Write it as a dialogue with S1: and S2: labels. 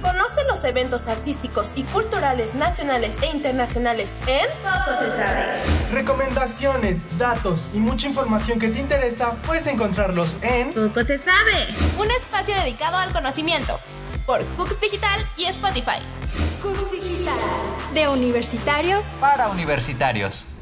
S1: Conoce los eventos artísticos y culturales nacionales e internacionales en
S2: Poco se sabe.
S3: Recomendaciones, datos y mucha información que te interesa, puedes encontrarlos en
S2: Poco se sabe.
S1: un espacio dedicado al conocimiento por Cooks Digital y Spotify.
S4: de universitarios
S5: Para universitarios.